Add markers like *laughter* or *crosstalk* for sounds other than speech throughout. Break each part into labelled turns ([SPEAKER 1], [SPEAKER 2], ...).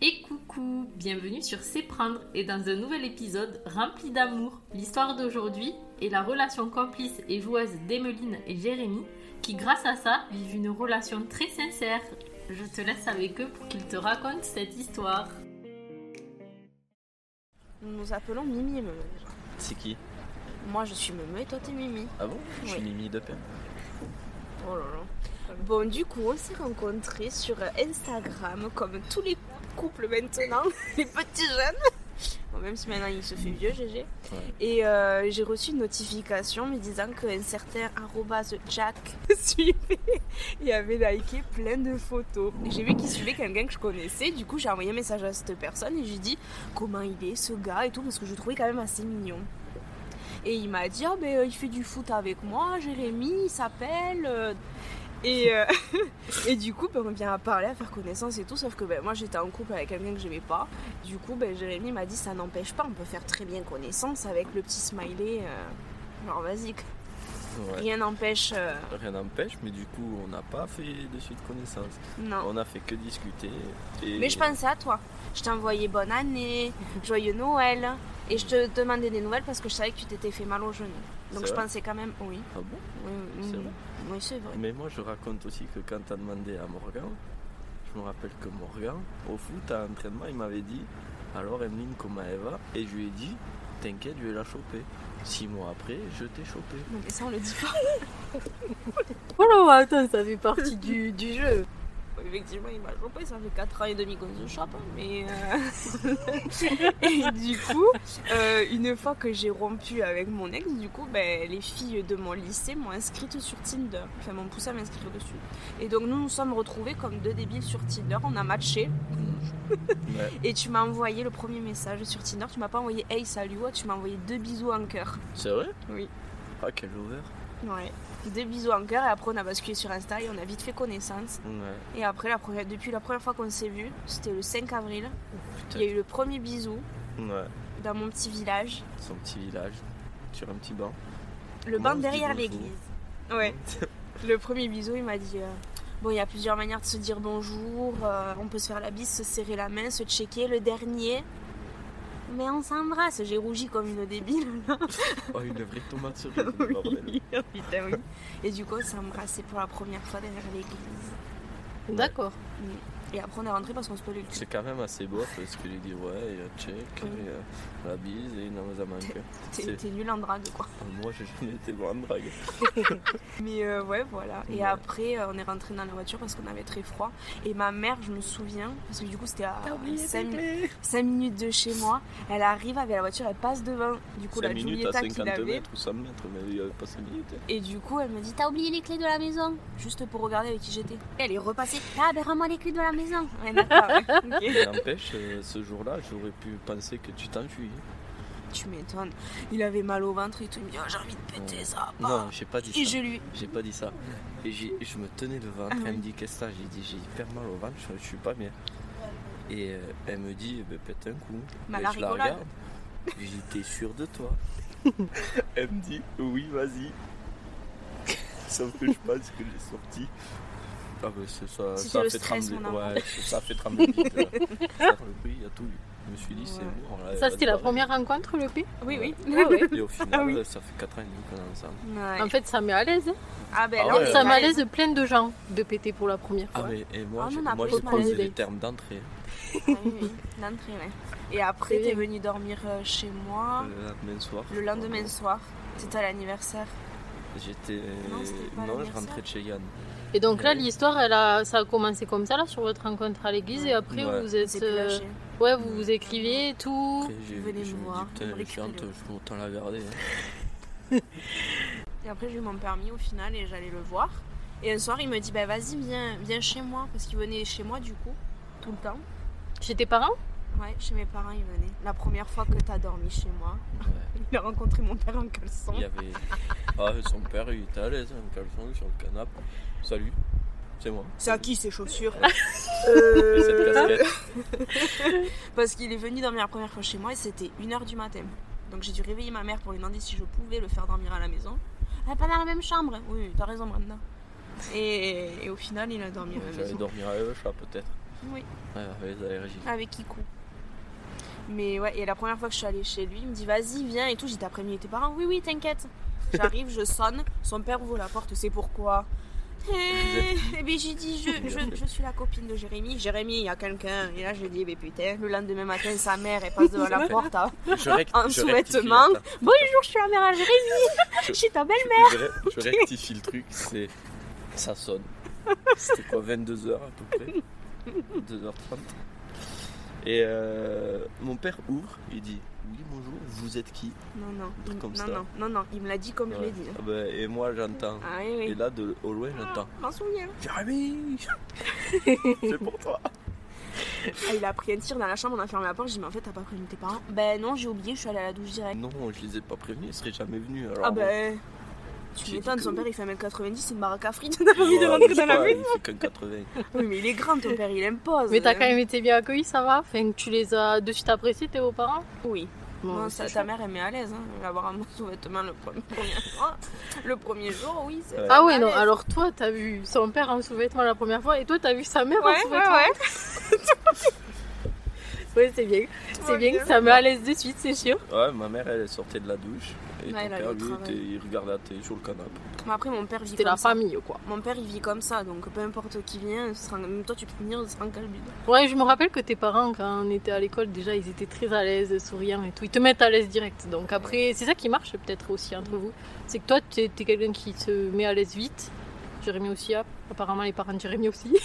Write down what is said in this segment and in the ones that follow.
[SPEAKER 1] Et coucou, bienvenue sur C'est prendre et dans un nouvel épisode rempli d'amour. L'histoire d'aujourd'hui est la relation complice et joueuse d'Emeline et Jérémy qui grâce à ça vivent une relation très sincère. Je te laisse avec eux pour qu'ils te racontent cette histoire.
[SPEAKER 2] Nous nous appelons Mimi et Meme.
[SPEAKER 3] C'est qui
[SPEAKER 2] Moi je suis Meme et toi t'es Mimi.
[SPEAKER 3] Ah bon Je suis
[SPEAKER 2] Oui.
[SPEAKER 3] Mimi de Pin.
[SPEAKER 2] Oh là là. Bon, du coup, on s'est rencontrés sur Instagram, comme tous les couples maintenant, *laughs* les petits jeunes. Bon, même si maintenant il se fait vieux, GG.
[SPEAKER 3] Ouais.
[SPEAKER 2] Et euh, j'ai reçu une notification me disant qu'un certain arrobase Jack *laughs* me suivait et avait liké plein de photos. Et J'ai vu qu'il suivait quelqu'un que je connaissais, du coup j'ai envoyé un message à cette personne et j'ai dit comment il est ce gars et tout, parce que je le trouvais quand même assez mignon. Et il m'a dit, Ah, ben, euh, il fait du foot avec moi, Jérémy, il s'appelle. euh. Et, euh, *laughs* et du coup, ben, on vient à parler, à faire connaissance et tout, sauf que ben, moi j'étais en couple avec quelqu'un que j'aimais pas. Du coup, ben, Jérémy m'a dit, ça n'empêche pas, on peut faire très bien connaissance avec le petit smiley. euh, Genre, vas-y,
[SPEAKER 3] Ouais.
[SPEAKER 2] rien n'empêche. euh,
[SPEAKER 3] Rien n'empêche, mais du coup, on n'a pas fait de suite connaissance.
[SPEAKER 2] non.
[SPEAKER 3] On a fait que discuter. et-
[SPEAKER 2] Ah. Mais je pensais à toi. Je t'ai envoyé bonne
[SPEAKER 3] *laughs*
[SPEAKER 2] année, joyeux Noël. Et je te demandais des nouvelles parce que je savais que tu t'étais fait mal au genou. Donc
[SPEAKER 3] C'est
[SPEAKER 2] je
[SPEAKER 3] vrai
[SPEAKER 2] pensais quand même, oui.
[SPEAKER 3] Ah bon
[SPEAKER 2] Oui, oui,
[SPEAKER 3] C'est vrai
[SPEAKER 2] oui, c'est vrai.
[SPEAKER 3] Mais moi, je raconte aussi que quand t'as demandé à Morgan, je me rappelle que Morgan, au foot, à l'entraînement, il m'avait dit Alors, Emeline, comment elle va Et je lui ai dit T'inquiète, je vais la choper. Six mois après, je t'ai chopé.
[SPEAKER 2] *laughs* Non, mais ça, on le dit pas.
[SPEAKER 4] Voilà, ouais, Oh attends, ça fait partie du, du jeu.
[SPEAKER 2] Effectivement, il m'a chopé, ça fait 4 ans et demi qu'on se chope, hein, mais... euh, *laughs* et du coup, euh, une fois que j'ai rompu avec mon ex, du coup, ben, les filles de mon lycée m'ont inscrite sur Tinder. Enfin, m'ont poussé à m'inscrire dessus. Et donc, nous nous sommes retrouvés comme deux débiles sur Tinder, on a matché,
[SPEAKER 3] Ouais.
[SPEAKER 2] et tu m'as envoyé le premier message sur Tinder, tu m'as pas envoyé « Hey, salut », tu m'as envoyé deux bisous en cœur.
[SPEAKER 3] C'est vrai
[SPEAKER 2] Oui.
[SPEAKER 3] Ah, quel lover
[SPEAKER 2] Ouais. Deux bisous en cœur, et après, on a basculé sur Insta, et on a vite fait connaissance.
[SPEAKER 3] Ouais.
[SPEAKER 2] Et après, la première, depuis la première fois qu'on s'est vu, c'était le 5 avril,
[SPEAKER 3] Oh, Putain.
[SPEAKER 2] il y a eu le premier bisou
[SPEAKER 3] Ouais.
[SPEAKER 2] dans mon petit village,
[SPEAKER 3] Son petit village, sur un petit banc.
[SPEAKER 2] le
[SPEAKER 3] Comment
[SPEAKER 2] banc
[SPEAKER 3] on se dit
[SPEAKER 2] derrière
[SPEAKER 3] bonjour
[SPEAKER 2] l'église. Ouais, le premier bisou, il m'a dit euh, Bon, il y a plusieurs manières de se dire bonjour, euh, on peut se faire la bise, se serrer la main, se checker. Le dernier, mais on s'embrasse. J'ai rougi comme une débile.
[SPEAKER 3] Oh, une vraie
[SPEAKER 2] *laughs*
[SPEAKER 3] tomate cerise. le bordel.
[SPEAKER 2] Oui, putain, oui. Et du coup, on s'est embrassé pour la première fois derrière l'église.
[SPEAKER 4] D'accord.
[SPEAKER 2] Et après, on est rentré parce qu'on se collait le cul.
[SPEAKER 3] C'est quand même assez beau parce qu'il dit ouais, il y a check,
[SPEAKER 2] Oui.
[SPEAKER 3] il y a la bise et une à manque.
[SPEAKER 2] T'es
[SPEAKER 3] C'est-
[SPEAKER 2] t'es nul en drague, quoi.
[SPEAKER 3] Moi j'ai jamais été bon en drague.
[SPEAKER 2] Mais euh, ouais, voilà. Et
[SPEAKER 3] Ouais.
[SPEAKER 2] après, euh, on est rentré dans la voiture parce qu'on avait très froid. Et ma mère, je me souviens, parce que du coup, c'était à 5, minutes de chez moi. Elle arrive avec la voiture, elle passe devant. Du coup,
[SPEAKER 3] 5
[SPEAKER 2] la
[SPEAKER 3] minutes à
[SPEAKER 2] Giulietta qu'il
[SPEAKER 3] 50
[SPEAKER 2] avait.
[SPEAKER 3] mètres ou 100 mètres, mais il y avait pas 5 minutes.
[SPEAKER 2] Et du coup, elle me dit T'as oublié les clés de la maison Juste pour regarder avec qui j'étais. Elle est repassée. Ah, ben rends-moi les clés de la maison. Ouais, d'accord. *laughs* ouais. Ok.
[SPEAKER 3] Mais N'empêche, euh, ce jour-là, j'aurais pu penser que tu t'enfuis.
[SPEAKER 2] Tu m'étonnes. Il avait mal au ventre et tout. Il me dit Oh, J'ai envie de péter ça. bah.
[SPEAKER 3] Non, j'ai pas
[SPEAKER 2] Et
[SPEAKER 3] dit
[SPEAKER 2] je
[SPEAKER 3] ça.
[SPEAKER 2] lui.
[SPEAKER 3] J'ai pas dit ça. Et j'ai- je me tenais le ventre.
[SPEAKER 2] Ah
[SPEAKER 3] Elle
[SPEAKER 2] oui.
[SPEAKER 3] me dit qu'est-ce que ça J'ai dit j'ai hyper mal au ventre, je, je suis pas bien. Et euh, elle me dit bah, pète un coup.
[SPEAKER 2] Bah,
[SPEAKER 3] Mais
[SPEAKER 2] la
[SPEAKER 3] je la
[SPEAKER 2] rigolade.
[SPEAKER 3] regarde. J'ai dit t'es sûr
[SPEAKER 2] *laughs*
[SPEAKER 3] de toi Elle me dit oui vas-y. Sauf que je pense que j'ai sorti. Ah bah c'est ça,
[SPEAKER 2] C'était
[SPEAKER 3] ça a
[SPEAKER 2] le
[SPEAKER 3] fait
[SPEAKER 2] stress,
[SPEAKER 3] trembler.
[SPEAKER 2] mon enfant.
[SPEAKER 3] Ouais, ça a fait trembler vite.
[SPEAKER 2] *laughs*
[SPEAKER 3] là. Ça, le bruit, il y a tout eu. Je me suis dit c'est
[SPEAKER 2] Ouais.
[SPEAKER 3] bon. on l'a- on
[SPEAKER 4] Ça,
[SPEAKER 3] l'a
[SPEAKER 4] c'était la
[SPEAKER 3] parlé.
[SPEAKER 4] première rencontre, le P
[SPEAKER 2] Oui, oui.
[SPEAKER 4] Ah ouais.
[SPEAKER 2] *laughs*
[SPEAKER 3] Et au final,
[SPEAKER 2] Ah oui.
[SPEAKER 3] ça fait 4 ans et demi qu'on est ensemble.
[SPEAKER 2] Ouais.
[SPEAKER 4] En fait, ça met à l'aise. hein.
[SPEAKER 2] Ah, ben
[SPEAKER 3] Ah
[SPEAKER 2] là, on
[SPEAKER 3] ouais.
[SPEAKER 2] est
[SPEAKER 4] Ça met à
[SPEAKER 2] mal.
[SPEAKER 4] l'aise plein de gens de péter pour la première
[SPEAKER 3] Ah
[SPEAKER 4] fois.
[SPEAKER 3] mais et moi,
[SPEAKER 2] Ah,
[SPEAKER 3] j'ai-
[SPEAKER 2] non, on a
[SPEAKER 3] moi
[SPEAKER 2] pris
[SPEAKER 3] j'ai
[SPEAKER 2] le
[SPEAKER 3] posé
[SPEAKER 4] premier
[SPEAKER 3] les
[SPEAKER 4] date.
[SPEAKER 3] termes d'entrée.
[SPEAKER 2] Ah Oui, oui, l'entrée, ouais. Et après,
[SPEAKER 4] Très
[SPEAKER 2] t'es
[SPEAKER 4] bien.
[SPEAKER 2] venu dormir euh, chez moi
[SPEAKER 3] Le lendemain soir.
[SPEAKER 2] le lendemain soir. C'était à l'anniversaire.
[SPEAKER 3] J'étais. euh,
[SPEAKER 2] Non, c'était pas
[SPEAKER 3] Non, je
[SPEAKER 2] l'anniversaire.
[SPEAKER 3] rentrais de chez Yann.
[SPEAKER 4] Et donc là,
[SPEAKER 3] Ouais.
[SPEAKER 4] l'histoire, elle a, ça a commencé comme ça, là, sur votre rencontre à l'église.
[SPEAKER 2] Ouais.
[SPEAKER 4] Et après,
[SPEAKER 3] Ouais.
[SPEAKER 4] vous
[SPEAKER 2] On
[SPEAKER 4] êtes.
[SPEAKER 2] s'est
[SPEAKER 4] euh,
[SPEAKER 2] plongé.
[SPEAKER 4] ouais, vous vous écriviez et tout.
[SPEAKER 3] Après, j'ai-
[SPEAKER 2] Venez me
[SPEAKER 3] je me
[SPEAKER 2] voir,
[SPEAKER 3] dis, putain,
[SPEAKER 2] vous me
[SPEAKER 3] elle est chiante,
[SPEAKER 2] récupérez.
[SPEAKER 3] je peux autant la garder. hein.
[SPEAKER 2] Et après, j'ai eu mon permis au final et j'allais le voir. Et un soir, il me dit Bah, vas-y, viens, viens chez moi. Parce qu'il venait chez moi, du coup, tout le temps.
[SPEAKER 4] Chez tes parents
[SPEAKER 2] Ouais, chez mes parents, il venait. La première fois que t'as dormi chez moi,
[SPEAKER 3] Ouais.
[SPEAKER 2] *laughs* il a rencontré mon père en caleçon.
[SPEAKER 3] Il y avait. Ah, son père, il était à l'aise, un caleçon sur le canapé. Salut, c'est moi.
[SPEAKER 2] C'est à qui ces chaussures Euh,
[SPEAKER 3] Et cette
[SPEAKER 2] *laughs*
[SPEAKER 3] casquette.
[SPEAKER 2] Parce qu'il est venu dormir la première fois chez moi et c'était 1h du matin. Donc j'ai dû réveiller ma mère pour lui demander si je pouvais le faire dormir à la maison. Elle est pas dans la même chambre. Oui, oui, t'as raison, Brenda. Et, et au final, il a dormi à la
[SPEAKER 3] J'allais
[SPEAKER 2] maison.
[SPEAKER 3] dormir avec le chat, peut-être.
[SPEAKER 2] Oui.
[SPEAKER 3] Ouais, avec les allergies.
[SPEAKER 2] *laughs* avec Kikou. Mais ouais, et la première fois que je suis allée chez lui, il me dit vas-y, viens et tout. J'ai dit t'as prévenu tes parents Oui, oui, t'inquiète. J'arrive, je sonne, son père ouvre la porte, c'est pourquoi Eh, Et bien j'ai dit je, je- je suis la copine de Jérémy. Jérémy, il y a quelqu'un. Et là j'ai dit mais putain, le lendemain matin, sa mère, elle passe devant la porte. hein.
[SPEAKER 3] Je rec-
[SPEAKER 2] En
[SPEAKER 3] je
[SPEAKER 2] sous-vêtements.
[SPEAKER 3] rectifie, attends.
[SPEAKER 2] Bonjour, je suis la mère à Jérémy.
[SPEAKER 3] *laughs*
[SPEAKER 2] Je suis ta belle.
[SPEAKER 3] Je, ré- je rectifie le truc, c'est. Ça sonne. C'était quoi, 22h à peu près 2h30. Et euh, mon père ouvre, il dit Oui, bonjour, vous êtes qui
[SPEAKER 2] Non, non,
[SPEAKER 3] truc comme
[SPEAKER 2] non,
[SPEAKER 3] ça.
[SPEAKER 2] non, non, non, il me l'a dit comme je
[SPEAKER 3] Ouais.
[SPEAKER 2] l'ai dit. hein.
[SPEAKER 3] Ah bah, Et moi j'entends.
[SPEAKER 2] Ah oui,
[SPEAKER 3] Et
[SPEAKER 2] oui.
[SPEAKER 3] là, de, au loin, j'entends
[SPEAKER 2] Je m'en souviens. *laughs*
[SPEAKER 3] Jérémy C'est pour toi
[SPEAKER 2] Ah, il a pris un tir dans la chambre, on a fermé la porte. J'ai dit, mais en fait, t'as pas prévenu tes parents Ben non, j'ai oublié, je suis allée à la douche direct.
[SPEAKER 3] Non, je les ai pas prévenus, ils seraient jamais venus. Alors,
[SPEAKER 2] Ah ben. Tu
[SPEAKER 3] J'ai
[SPEAKER 2] m'étonnes,
[SPEAKER 3] dit
[SPEAKER 2] son
[SPEAKER 3] que-
[SPEAKER 2] père il fait 1m90, c'est une baraque à frites, *laughs* on a pas envie de
[SPEAKER 3] voilà,
[SPEAKER 2] rentrer dans
[SPEAKER 3] je sais
[SPEAKER 2] la
[SPEAKER 3] pas,
[SPEAKER 2] maison.
[SPEAKER 3] Il fait qu'un 80.
[SPEAKER 2] Oui, mais il est grand ton père, il impose.
[SPEAKER 4] Mais t'as quand même été bien accueilli, ça va Enfin, que tu les as de suite appréciés, tes beaux-parents
[SPEAKER 2] Oui.
[SPEAKER 4] Bon,
[SPEAKER 2] Non,
[SPEAKER 4] mais
[SPEAKER 2] ça-
[SPEAKER 4] c'est
[SPEAKER 2] ta
[SPEAKER 4] chouette.
[SPEAKER 2] mère elle met à l'aise, hein. L'avoir un sous-vêtement le premier, premier jour. Le premier jour, oui. c'est-
[SPEAKER 3] Ouais.
[SPEAKER 4] Ah ouais, non,
[SPEAKER 2] Malaise.
[SPEAKER 4] alors toi, t'as vu son père en sous-vêtements la première fois et toi, t'as vu sa mère en
[SPEAKER 2] Ouais, ouais,
[SPEAKER 4] sous-vêtements.
[SPEAKER 2] ouais.
[SPEAKER 4] Ouais, c'est bien. C'est bien que ça me met à l'aise de suite, c'est sûr.
[SPEAKER 3] Ouais, ma mère elle sortait de la douche. Et
[SPEAKER 2] Ouais, elle
[SPEAKER 3] ton
[SPEAKER 2] allait
[SPEAKER 3] père,
[SPEAKER 2] au
[SPEAKER 3] lui,
[SPEAKER 2] travail.
[SPEAKER 3] était- il regardait la télé sur le canapé.
[SPEAKER 2] Mais après, mon père vit
[SPEAKER 4] C'était
[SPEAKER 2] comme
[SPEAKER 4] la
[SPEAKER 2] ça.
[SPEAKER 4] famille, quoi.
[SPEAKER 2] Mon père il vit comme ça, donc peu importe qui vient, ce sera- même toi tu peux venir, ce sera un calbide.
[SPEAKER 4] Ouais, je me rappelle que tes parents, quand on était à l'école, déjà, ils étaient très à l'aise, souriants et tout. Ils te mettent à l'aise direct. Donc après, c'est ça qui marche peut-être aussi entre vous. C'est que toi, t'es t'es quelqu'un qui se met à l'aise vite. Jérémy aussi, ah, apparemment les parents de Jérémy aussi. *laughs*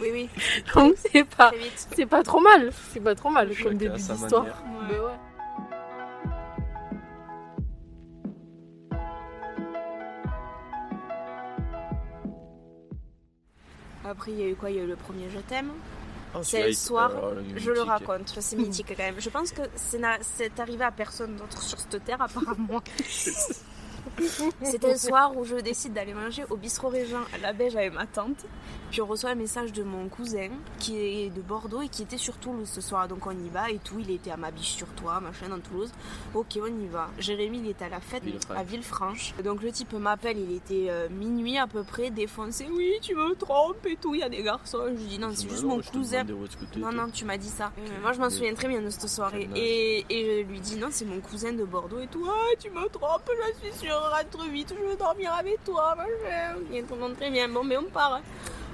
[SPEAKER 2] Oui, oui,
[SPEAKER 4] Donc c'est pas,
[SPEAKER 2] très vite.
[SPEAKER 4] c'est pas trop mal. C'est pas trop mal
[SPEAKER 3] Chacun
[SPEAKER 4] comme
[SPEAKER 3] à
[SPEAKER 4] début
[SPEAKER 3] sa
[SPEAKER 4] d'histoire.
[SPEAKER 3] manière.
[SPEAKER 2] Ouais.
[SPEAKER 4] Bah ouais.
[SPEAKER 2] Après, il y a eu quoi Il y a eu le premier je t'aime.
[SPEAKER 3] Ah,
[SPEAKER 2] C'est
[SPEAKER 3] celui-là,
[SPEAKER 2] le
[SPEAKER 3] il-
[SPEAKER 2] soir,
[SPEAKER 3] alors,
[SPEAKER 2] Je le
[SPEAKER 3] mythique.
[SPEAKER 2] raconte, ça, c'est mythique quand même. Je pense que c'est na- c'est arrivé à personne d'autre sur cette terre, à part à
[SPEAKER 3] *laughs*
[SPEAKER 2] moi. C'était le soir où je décide d'aller manger au bistrot régent à la Beige avec ma tante. Puis on reçoit un message de mon cousin qui est de Bordeaux et qui était sur Toulouse ce soir. Donc on y va et tout. Il était à ma biche sur toi, machin, dans Toulouse. Ok, on y va. Jérémy, il était à la fête
[SPEAKER 3] Villefranche.
[SPEAKER 2] à Villefranche. Donc le type m'appelle, il était euh, minuit à peu près, défoncé. Oui, tu me trompes et tout, il y a des garçons. Je lui dis non,
[SPEAKER 3] Ils
[SPEAKER 2] c'est
[SPEAKER 3] sont
[SPEAKER 2] juste
[SPEAKER 3] malheureux,
[SPEAKER 2] mon
[SPEAKER 3] je te
[SPEAKER 2] cousin.
[SPEAKER 3] demandais où est-ce que t'étais.
[SPEAKER 2] Non, non, tu m'as dit ça. Euh, moi, je m'en souviens très bien de cette soirée.
[SPEAKER 3] Quel naze.
[SPEAKER 2] Et, et je lui dis, non, c'est mon cousin de Bordeaux et tout. Ah, tu me trompes, je suis sûre, rentre vite, je veux dormir avec toi. machin. Il te montre très bien. Bon, mais on part. hein.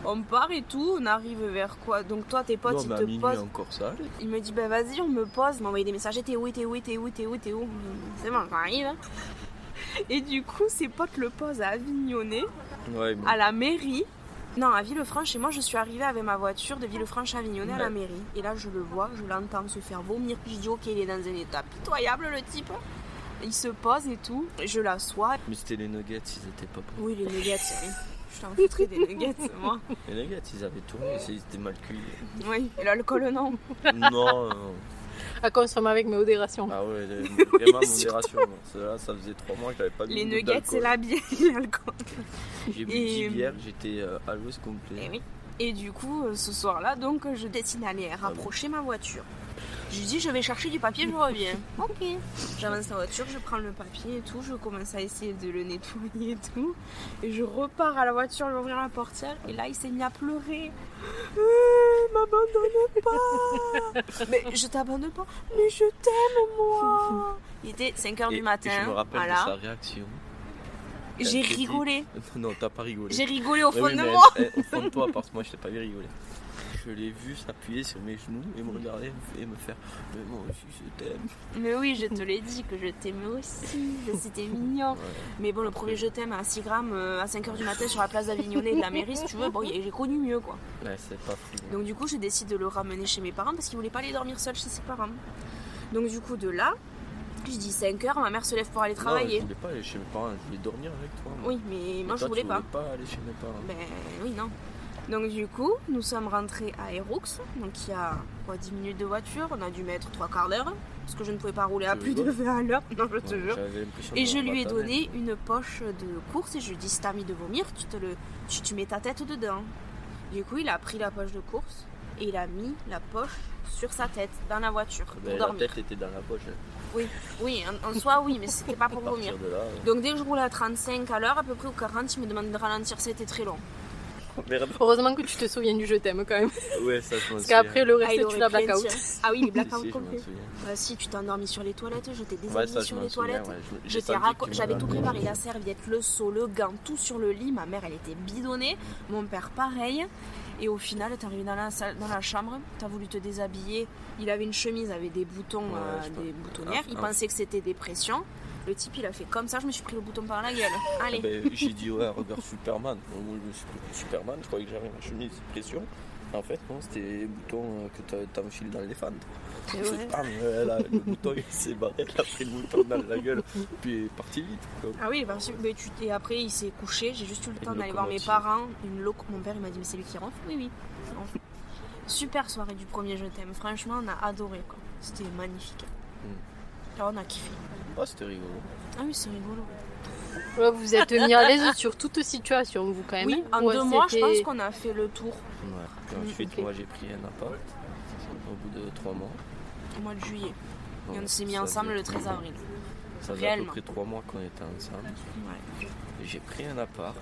[SPEAKER 2] On part et tout, on arrive vers quoi Donc, toi, tes potes,
[SPEAKER 3] Non, mais à
[SPEAKER 2] ils
[SPEAKER 3] minuit hein.
[SPEAKER 2] te posent.
[SPEAKER 3] encore ça. allait.
[SPEAKER 2] Il me dit, bah vas-y, on me pose. Il m'a envoyé des messages. T'es où, t'es où, t'es où, t'es où, t'es où C'est bon, j'arrive. hein. Et du coup, ses potes le posent à Avignonnet
[SPEAKER 3] Ouais, mais
[SPEAKER 2] à la mairie. Non, à Villefranche, et moi je suis arrivée avec ma voiture de Villefranche à Avignonnet à la
[SPEAKER 3] Ouais.
[SPEAKER 2] mairie. Et là je le vois, je l'entends se faire vomir, puis je dis ok, il est dans un état pitoyable le type. Il se pose et tout, je l'assois.
[SPEAKER 3] mais c'était les nuggets, ils étaient pas
[SPEAKER 2] *laughs*
[SPEAKER 3] bons.
[SPEAKER 2] Oui, les nuggets, oui. Je t'en foutrais des
[SPEAKER 3] *laughs*
[SPEAKER 2] nuggets, moi.
[SPEAKER 3] Les nuggets, ils avaient tourné,
[SPEAKER 2] Oh.
[SPEAKER 3] c'est- ils étaient mal
[SPEAKER 2] *laughs*
[SPEAKER 3] cuits.
[SPEAKER 2] Oui, et l'alcool non.
[SPEAKER 3] non, euh,
[SPEAKER 4] À consommer Ah, avec modération.
[SPEAKER 3] ah ouais,
[SPEAKER 2] *laughs*
[SPEAKER 3] les- vraiment
[SPEAKER 2] surtout.
[SPEAKER 3] modération. Cela, ça faisait 3 mois que j'avais pas bu
[SPEAKER 2] Les
[SPEAKER 3] une goutte
[SPEAKER 2] nuggets, c'est
[SPEAKER 3] d'alcool.
[SPEAKER 2] la bière, l'alcool.
[SPEAKER 3] J'ai bu
[SPEAKER 2] Et-
[SPEAKER 3] 10 bières, j'étais euh, à l'os complet.
[SPEAKER 2] Et oui. Et du coup, euh, ce soir-là, donc, je décide
[SPEAKER 3] Ah
[SPEAKER 2] d'aller rapprocher ma voiture. Je lui dis, je vais chercher du papier, je reviens. ok. J'avance la voiture, je prends le papier et tout, je commence à essayer de le nettoyer et tout. Et je repars à la voiture, lui ouvrir la portière, et là, il s'est mis à pleurer. Euh, m'abandonne pas Mais je t'abandonne pas, mais je t'aime, moi Il était 5h
[SPEAKER 3] Et
[SPEAKER 2] du matin,
[SPEAKER 3] je me rappelle de sa
[SPEAKER 2] voilà.
[SPEAKER 3] réaction. *laughs*
[SPEAKER 2] J'ai
[SPEAKER 3] Elle s'est dit-
[SPEAKER 2] rigolé,
[SPEAKER 3] Non, t'as pas rigolé.
[SPEAKER 2] j'ai rigolé au
[SPEAKER 3] Ouais,
[SPEAKER 2] fond
[SPEAKER 3] oui,
[SPEAKER 2] de
[SPEAKER 3] mais
[SPEAKER 2] moi
[SPEAKER 3] elle- elle- au fond de toi, parce que moi je t'ai pas vu rigoler. Je l'ai vu s'appuyer sur mes genoux et me regarder et me faire Mais moi aussi je t'aime.
[SPEAKER 2] Mais oui, je te l'ai dit que je t'aimais aussi, que c'était mignon. Mais bon, le premier je t'aime à 6 grammes euh, à 5h du matin sur la place d'Avignonnet et de la mairie, si tu veux, bon, y a- j'ai connu mieux quoi.
[SPEAKER 3] Ouais, c'est pas fou. hein.
[SPEAKER 2] Donc du coup, je décide de le ramener chez mes parents parce qu'il voulait pas aller dormir seul chez ses parents. Donc du coup, de là, je dis 5h, ma mère se lève pour aller travailler.
[SPEAKER 3] Non, je voulais pas aller chez mes parents, je voulais dormir avec toi. moi.
[SPEAKER 2] Oui, mais
[SPEAKER 3] Mais
[SPEAKER 2] moi je
[SPEAKER 3] toi,
[SPEAKER 2] voulais
[SPEAKER 3] tu
[SPEAKER 2] pas.
[SPEAKER 3] pas aller chez mes parents.
[SPEAKER 2] Ben oui, non. Donc du coup, nous sommes rentrés à Héroux, donc il y a quoi, 10 minutes de voiture, on a dû mettre 3 quarts d'heure, parce que je ne pouvais pas rouler à
[SPEAKER 3] Tu
[SPEAKER 2] plus de
[SPEAKER 3] rigoles
[SPEAKER 2] 20 à l'heure, non je te
[SPEAKER 3] Ouais,
[SPEAKER 2] jure.
[SPEAKER 3] j'avais l'impression
[SPEAKER 2] Et
[SPEAKER 3] de
[SPEAKER 2] je lui ai
[SPEAKER 3] m'abandonner.
[SPEAKER 2] donné une poche de course et je lui ai dit si t'as mis de vomir, tu, te le, tu, tu mets ta tête dedans. Du coup, il a pris la poche de course et il a mis la poche sur sa tête dans la voiture pour
[SPEAKER 3] Ben, la
[SPEAKER 2] dormir.
[SPEAKER 3] tête était dans la poche. hein.
[SPEAKER 2] Oui, en, en soi, oui, mais c'était pas
[SPEAKER 3] *laughs* À
[SPEAKER 2] pour vomir.
[SPEAKER 3] partir de là, euh,
[SPEAKER 2] Donc dès que je roule à 35 à l'heure, à peu près ou 40, il me demande de ralentir, c'était très long.
[SPEAKER 3] Merde.
[SPEAKER 4] Heureusement que tu te souviens du je t'aime quand même.
[SPEAKER 3] Ouais, ça, je m'en
[SPEAKER 4] Parce
[SPEAKER 3] souviens.
[SPEAKER 4] qu'après le
[SPEAKER 2] Ah, il
[SPEAKER 4] reste, tu
[SPEAKER 2] aurait
[SPEAKER 4] la
[SPEAKER 2] plein de
[SPEAKER 4] blackout. *laughs*
[SPEAKER 2] tirs. Ah oui, les
[SPEAKER 3] *laughs* Si,
[SPEAKER 2] blackouts
[SPEAKER 3] si, je m'en
[SPEAKER 2] complets.
[SPEAKER 3] souviens.
[SPEAKER 2] Bah si, tu t'es endormi sur les toilettes, je t'ai
[SPEAKER 3] Ouais,
[SPEAKER 2] déshabillée
[SPEAKER 3] ça, je
[SPEAKER 2] sur
[SPEAKER 3] m'en
[SPEAKER 2] les
[SPEAKER 3] souviens.
[SPEAKER 2] toilettes.
[SPEAKER 3] ouais. Je- j'ai
[SPEAKER 2] Je t'ai
[SPEAKER 3] senti
[SPEAKER 2] raco-
[SPEAKER 3] qu'il me
[SPEAKER 2] J'avais tout
[SPEAKER 3] l'avait
[SPEAKER 2] préparé,
[SPEAKER 3] dit.
[SPEAKER 2] la serviette, le seau, le gant, tout sur le lit. Ma mère, elle était bidonnée. Mon père, pareil. Et au final, t'es arrivé dans la, salle, dans la chambre, t'as voulu te déshabiller. Il avait une chemise avec des boutons,
[SPEAKER 3] Ouais,
[SPEAKER 2] euh,
[SPEAKER 3] je sais
[SPEAKER 2] des boutonnières.
[SPEAKER 3] Ah,
[SPEAKER 2] Il
[SPEAKER 3] ah.
[SPEAKER 2] pensait que c'était des pressions. Le type, il a fait comme ça, je me suis pris le bouton par la gueule. Allez.
[SPEAKER 3] Ben, j'ai dit ouais, regarde Superman. Donc, moi, je me suis pris Superman, je croyais que j'avais une chemise de pression. En fait, non, c'était les boutons euh, que t'a- t'enfiles dans les fentes.
[SPEAKER 4] Et ouais.
[SPEAKER 3] *laughs* Bam, euh, là, le bouton il s'est barré, elle a pris le bouton dans la gueule, puis elle est partie vite. quoi.
[SPEAKER 2] Ah oui, parce que- mais tu, et après il s'est couché, j'ai juste eu le
[SPEAKER 3] Une
[SPEAKER 2] temps d'aller voir mes
[SPEAKER 3] locomotive.
[SPEAKER 2] parents. Une loco- Mon père il m'a dit mais c'est lui qui ronfle. Oui oui. il ronfle. Super soirée du premier je t'aime. Franchement on a adoré quoi. C'était magnifique.
[SPEAKER 3] Mm.
[SPEAKER 2] Ah, on a kiffé.
[SPEAKER 3] Ah, c'était rigolo.
[SPEAKER 2] Ah oui c'est rigolo.
[SPEAKER 4] Ouais, vous êtes mis à l'aise sur toute situation, vous quand même.
[SPEAKER 2] Oui,
[SPEAKER 4] hein.
[SPEAKER 2] en
[SPEAKER 4] Ouais,
[SPEAKER 2] deux mois je
[SPEAKER 4] c'était-
[SPEAKER 2] pense qu'on a fait le tour
[SPEAKER 3] Ouais. Et ensuite, moi j'ai pris un appart au bout de trois mois.
[SPEAKER 2] au mois de juillet. Et
[SPEAKER 3] Ouais,
[SPEAKER 2] on s'est mis
[SPEAKER 3] ça
[SPEAKER 2] ensemble
[SPEAKER 3] faisait-
[SPEAKER 2] le 13 avril.
[SPEAKER 3] Ça faisait à peu
[SPEAKER 2] réellement.
[SPEAKER 3] près trois mois qu'on était ensemble.
[SPEAKER 2] Ouais.
[SPEAKER 3] J'ai pris un appart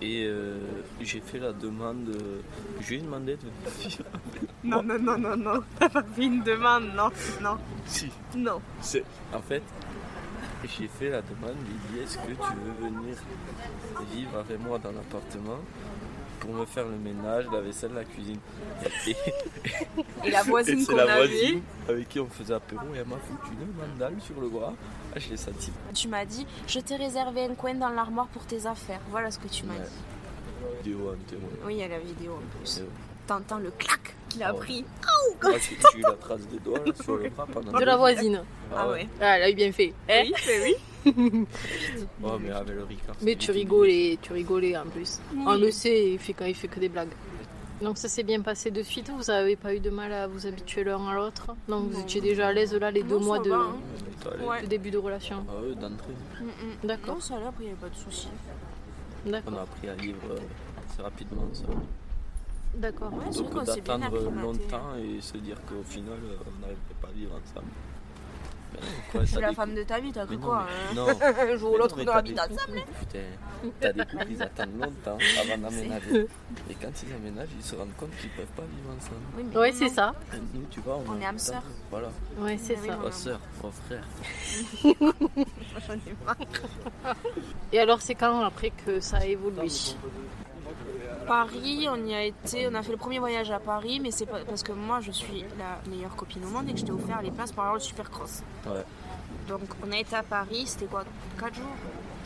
[SPEAKER 3] et euh, j'ai fait la demande. euh, Je lui ai demandé de *laughs* vivre.
[SPEAKER 2] Non non non non non. *laughs* T'as pas fait une demande non non
[SPEAKER 3] Si,
[SPEAKER 2] non.
[SPEAKER 3] c'est- En fait, j'ai fait la demande. J'ai dit Est-ce que tu veux venir vivre avec moi dans l'appartement pour me faire le ménage, la vaisselle, la cuisine Et,
[SPEAKER 4] Ah,
[SPEAKER 2] Et
[SPEAKER 3] *laughs*
[SPEAKER 2] la
[SPEAKER 3] et
[SPEAKER 2] voisine
[SPEAKER 3] c'est
[SPEAKER 2] qu'on
[SPEAKER 3] la
[SPEAKER 2] a
[SPEAKER 3] voisine
[SPEAKER 2] vue.
[SPEAKER 3] avec qui on faisait apéro et elle m'a foutu une mandale sur le bras. Ah, je l'ai senti.
[SPEAKER 2] Tu m'as dit je t'ai réservé un coin dans l'armoire pour tes affaires. Voilà ce que tu m'as
[SPEAKER 3] Ouais.
[SPEAKER 2] dit.
[SPEAKER 3] Vidéo en témoin.
[SPEAKER 2] Oui, il y a la vidéo en plus.
[SPEAKER 3] Euh,
[SPEAKER 2] T'entends le clac qu'il a
[SPEAKER 3] Ah ouais.
[SPEAKER 2] pris.
[SPEAKER 3] moi, j'ai j'ai eu la trace des doigts là, sur le bras pendant
[SPEAKER 4] De la voisine.
[SPEAKER 3] Ah ouais.
[SPEAKER 4] Ah, elle a eu bien fait. hein.
[SPEAKER 2] Eh Oui, mais oui.
[SPEAKER 3] Oh, mais avec le Ricard.
[SPEAKER 4] Mais
[SPEAKER 3] c'est
[SPEAKER 4] tu
[SPEAKER 3] lui qui
[SPEAKER 4] rigolais, tu rigolais en plus.
[SPEAKER 2] Oui.
[SPEAKER 4] On le sait, il fait quand il fait que des blagues. Donc ça s'est bien passé de suite, vous avez pas eu de mal à vous habituer l'un à l'autre Donc vous
[SPEAKER 2] Non.
[SPEAKER 4] étiez déjà à l'aise là les deux
[SPEAKER 2] Non, ça
[SPEAKER 4] mois de,
[SPEAKER 2] va, hein.
[SPEAKER 3] dit, euh, t'as les-
[SPEAKER 2] Ouais.
[SPEAKER 4] de début de relation.
[SPEAKER 3] Ah ouais, d'entrée.
[SPEAKER 2] Mm,
[SPEAKER 4] D'accord.
[SPEAKER 2] Non, ça allait, après, il n'y avait pas de soucis.
[SPEAKER 3] On
[SPEAKER 4] D'accord,
[SPEAKER 3] a appris à vivre euh, assez rapidement ça.
[SPEAKER 4] d'accord.
[SPEAKER 2] Ouais, c'est vrai
[SPEAKER 3] Donc
[SPEAKER 2] qu'on s'est bien
[SPEAKER 3] d'attendre
[SPEAKER 2] acclimaté.
[SPEAKER 3] longtemps et se dire qu'au final euh, on n'arrivait pas à vivre ensemble. Ben, quoi,
[SPEAKER 2] Tu
[SPEAKER 3] t'as
[SPEAKER 2] es la
[SPEAKER 3] des
[SPEAKER 2] femme
[SPEAKER 3] cou-
[SPEAKER 2] de ta vie, t'as
[SPEAKER 3] Mais
[SPEAKER 2] cru
[SPEAKER 3] non,
[SPEAKER 2] quoi
[SPEAKER 3] mais-
[SPEAKER 2] hein
[SPEAKER 3] non. *laughs*
[SPEAKER 2] Un jour *laughs* ou
[SPEAKER 3] Mais non,
[SPEAKER 2] l'autre,
[SPEAKER 3] mais
[SPEAKER 2] on
[SPEAKER 3] t'as
[SPEAKER 2] habite
[SPEAKER 3] des-
[SPEAKER 2] ensemble.
[SPEAKER 3] Putain, t'as des couples, ils attendent longtemps
[SPEAKER 2] *laughs*
[SPEAKER 3] avant d'aménager. Et quand ils aménagent, ils se rendent compte qu'ils peuvent pas vivre ensemble.
[SPEAKER 2] Oui, mais
[SPEAKER 4] Ouais,
[SPEAKER 2] non,
[SPEAKER 4] c'est ça.
[SPEAKER 3] Et nous, tu vois, on,
[SPEAKER 2] On est
[SPEAKER 3] a-
[SPEAKER 2] âmes sœurs.
[SPEAKER 3] Voilà,
[SPEAKER 4] Ouais, c'est
[SPEAKER 2] Oui,
[SPEAKER 4] ça.
[SPEAKER 2] oui.
[SPEAKER 3] trois sœurs, trois frères.
[SPEAKER 2] j'en ai marre.
[SPEAKER 4] Et alors c'est quand après que ça a évolué
[SPEAKER 2] Paris, on y a été, on a fait le premier voyage à Paris, mais c'est pas parce que moi je suis la meilleure copine au monde et que je t'ai offert les places pour aller au Supercross.
[SPEAKER 3] Ouais.
[SPEAKER 2] Donc on a été à Paris, c'était quoi 4 jours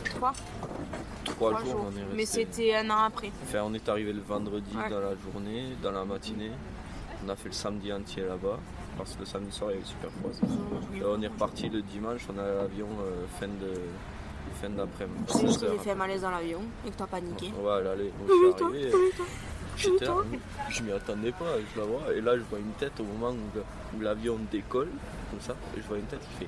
[SPEAKER 2] 3
[SPEAKER 3] Trois, jours, on est resté.
[SPEAKER 2] Mais c'était un an après.
[SPEAKER 3] Enfin, on est arrivé le vendredi
[SPEAKER 2] Ouais.
[SPEAKER 3] dans la journée, dans la matinée. On a fait le samedi entier là-bas, parce que le samedi soir il y avait super froid. Et on est reparti le dimanche, on a l'avion euh, fin de fin d'après-midi.
[SPEAKER 2] C'est juste
[SPEAKER 3] 16
[SPEAKER 2] que
[SPEAKER 3] heures
[SPEAKER 2] j'ai fait un
[SPEAKER 3] après.
[SPEAKER 2] malaise dans l'avion et que t'as paniqué.
[SPEAKER 3] Voilà, allez, je suis arrivé. J'étais là, je m'y attendais pas, je la vois, et là je vois une tête au moment où, le- où l'avion décolle, comme ça, et je vois une tête qui fait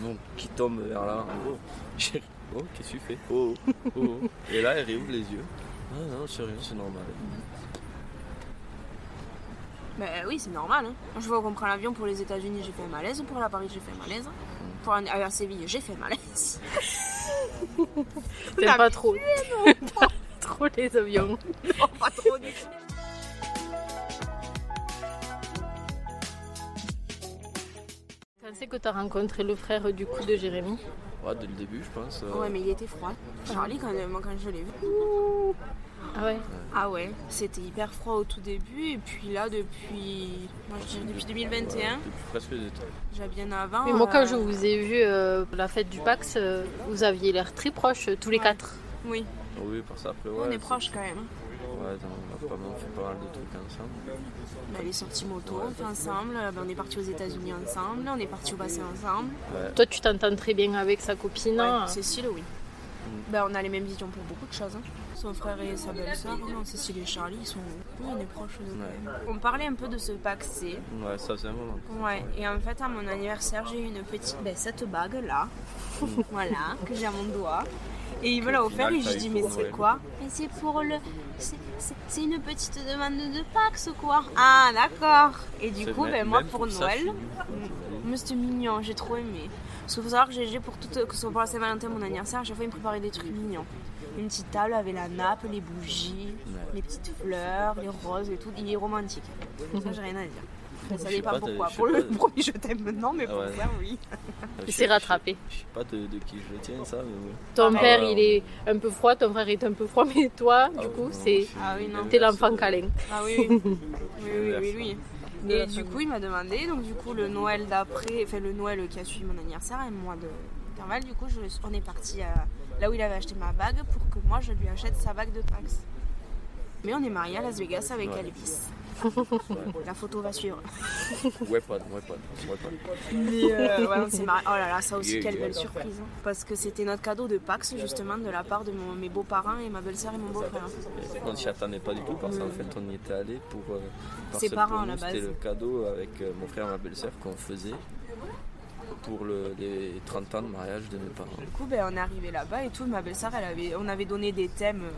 [SPEAKER 3] vroom, qui tombe vers là. Oh, *laughs* J'ai- oh, qu'est-ce que tu fais oh, oh, oh, oh. Et là elle réouvre les yeux. Ah non, c'est rien, c'est normal.
[SPEAKER 2] Bah oui, c'est normal. hein. Moi, Je vois qu'on prend l'avion pour les États-Unis, j'ai fait un malaise. Pour la Paris, j'ai fait un malaise. Pour aller à Séville, j'ai fait un
[SPEAKER 3] *laughs*
[SPEAKER 2] malaise.
[SPEAKER 4] T'aimes pas trop *laughs* Pas trop les avions.
[SPEAKER 2] Pas trop du tout.
[SPEAKER 4] Quand c'est que t'as rencontré le frère du coup de Jérémy
[SPEAKER 3] Ouais, dès le début, je pense. euh,
[SPEAKER 2] Ouais, mais il était froid. Charlie, quand, euh, moi, quand je l'ai vu.
[SPEAKER 4] Ah ouais
[SPEAKER 2] Ah ouais, c'était hyper froid au tout début. Et puis là, depuis. Moi, je dirais depuis
[SPEAKER 3] ouais,
[SPEAKER 2] 2021,
[SPEAKER 3] depuis presque des temps.
[SPEAKER 2] déjà bien avant.
[SPEAKER 4] Mais moi, quand
[SPEAKER 2] euh,
[SPEAKER 4] je vous ai vu euh, la fête du Pax, euh, vous aviez l'air très proches euh, tous les
[SPEAKER 2] Ouais.
[SPEAKER 4] quatre.
[SPEAKER 2] Oui,
[SPEAKER 3] Ah Oui, par ça après, ouais.
[SPEAKER 2] on est
[SPEAKER 3] c'est-
[SPEAKER 2] proches quand même.
[SPEAKER 3] Ouais, attends, on a pas mal fait pas mal de trucs ensemble.
[SPEAKER 2] On est Ben, sorties moto, on fait ensemble. euh, ben, on est partis aux États-Unis ensemble. On est partis au bassin ensemble.
[SPEAKER 3] Ouais,
[SPEAKER 4] Toi, tu t'entends très bien avec sa copine. hein.
[SPEAKER 2] Ouais, Cécile, oui.
[SPEAKER 3] Mm.
[SPEAKER 2] Ben, on a les mêmes visions pour beaucoup de choses. hein. Son frère et sa belle-sœur, hein, Cécile et Charlie, ils sont... oui, on est proches de
[SPEAKER 3] Ouais.
[SPEAKER 2] On parlait un peu de ce pack C.
[SPEAKER 3] ouais ça c'est un moment.
[SPEAKER 2] Ouais, et en fait, à mon anniversaire, j'ai eu une petite... Ben, cette bague-là, *laughs* voilà, que j'ai à mon doigt. Et il me l'a
[SPEAKER 3] Au
[SPEAKER 2] offert
[SPEAKER 3] Mm. final,
[SPEAKER 2] et je
[SPEAKER 3] t'as
[SPEAKER 2] lui
[SPEAKER 3] eu
[SPEAKER 2] dis
[SPEAKER 3] pour
[SPEAKER 2] mais
[SPEAKER 3] Noël.
[SPEAKER 2] c'est quoi Mais c'est pour le... c'est- c'est- C'est une petite demande de Pax quoi Ah d'accord Et du
[SPEAKER 3] C'est
[SPEAKER 2] coup
[SPEAKER 3] même-
[SPEAKER 2] ben, moi
[SPEAKER 3] même
[SPEAKER 2] pour
[SPEAKER 3] ça, Euh, je
[SPEAKER 2] Noël *laughs*
[SPEAKER 3] suis nul.
[SPEAKER 2] mais c'était mignon, j'ai trop aimé. Parce qu'il faut savoir que GG, pour toute, que ce soit pour la Saint-Valentin, mon anniversaire, à chaque fois, il me préparait des trucs mignons. Une petite table avec la nappe, les bougies, les petites fleurs, les roses et tout. Il est romantique. Ça, j'ai rien à dire. Mais ça
[SPEAKER 3] Je sais
[SPEAKER 2] dépend
[SPEAKER 3] pas,
[SPEAKER 2] pourquoi.
[SPEAKER 3] je sais
[SPEAKER 2] Pour le
[SPEAKER 3] pas.
[SPEAKER 2] premier, je t'aime maintenant, mais
[SPEAKER 3] Ah
[SPEAKER 2] pour
[SPEAKER 3] ouais.
[SPEAKER 2] ça, oui.
[SPEAKER 3] Je
[SPEAKER 4] Il
[SPEAKER 3] sais-
[SPEAKER 4] s'est rattrapé.
[SPEAKER 3] Je sais pas de, de qui je le tiens, ça, mais ouais.
[SPEAKER 4] Ton
[SPEAKER 2] Ah,
[SPEAKER 4] père,
[SPEAKER 3] ouais.
[SPEAKER 4] il est un peu froid, ton frère est un peu froid, *laughs* mais
[SPEAKER 3] Ah
[SPEAKER 4] toi, du
[SPEAKER 3] ouais,
[SPEAKER 4] coup,
[SPEAKER 3] non, je
[SPEAKER 4] c'est.
[SPEAKER 3] suis
[SPEAKER 2] Ah oui, non.
[SPEAKER 3] l'inverse
[SPEAKER 4] T'es l'enfant
[SPEAKER 3] de-
[SPEAKER 4] câlin.
[SPEAKER 2] Ah oui, oui, oui, oui, oui, oui.
[SPEAKER 4] De la
[SPEAKER 2] Et du
[SPEAKER 4] famille.
[SPEAKER 2] coup, il m'a demandé, donc du coup, le Noël d'après, enfin le Noël qui a suivi mon anniversaire et le mois de d'intervalle, du coup, je, on est parti à- là où il avait acheté ma bague pour que moi je lui achète sa bague de Pax. Mais on est mariés à Las Vegas avec
[SPEAKER 3] Ouais.
[SPEAKER 2] Elvis. La photo va suivre.
[SPEAKER 3] Weapon, weapon, weapon.
[SPEAKER 2] Mais euh, ouais, on s'est mariés. Oh là là, ça aussi,
[SPEAKER 3] Yeah,
[SPEAKER 2] quelle
[SPEAKER 3] yeah.
[SPEAKER 2] belle surprise. hein. Parce que c'était notre cadeau de Pax, justement, de la part de mon- mes beaux-parents et ma belle-sœur et mon beau-frère.
[SPEAKER 3] Et On s'y attendait pas du tout parce qu'en fait on y était allé pour. euh, parce
[SPEAKER 2] Ses
[SPEAKER 3] que
[SPEAKER 2] parents,
[SPEAKER 3] pour
[SPEAKER 2] à
[SPEAKER 3] nous,
[SPEAKER 2] la
[SPEAKER 3] C'était
[SPEAKER 2] base.
[SPEAKER 3] le cadeau avec euh, mon frère et ma belle-sœur qu'on faisait pour le- les 30 ans de mariage de mes parents.
[SPEAKER 2] Du coup, ben, on est arrivé là-bas et tout. Ma belle-sœur, elle avait, on avait donné des thèmes euh,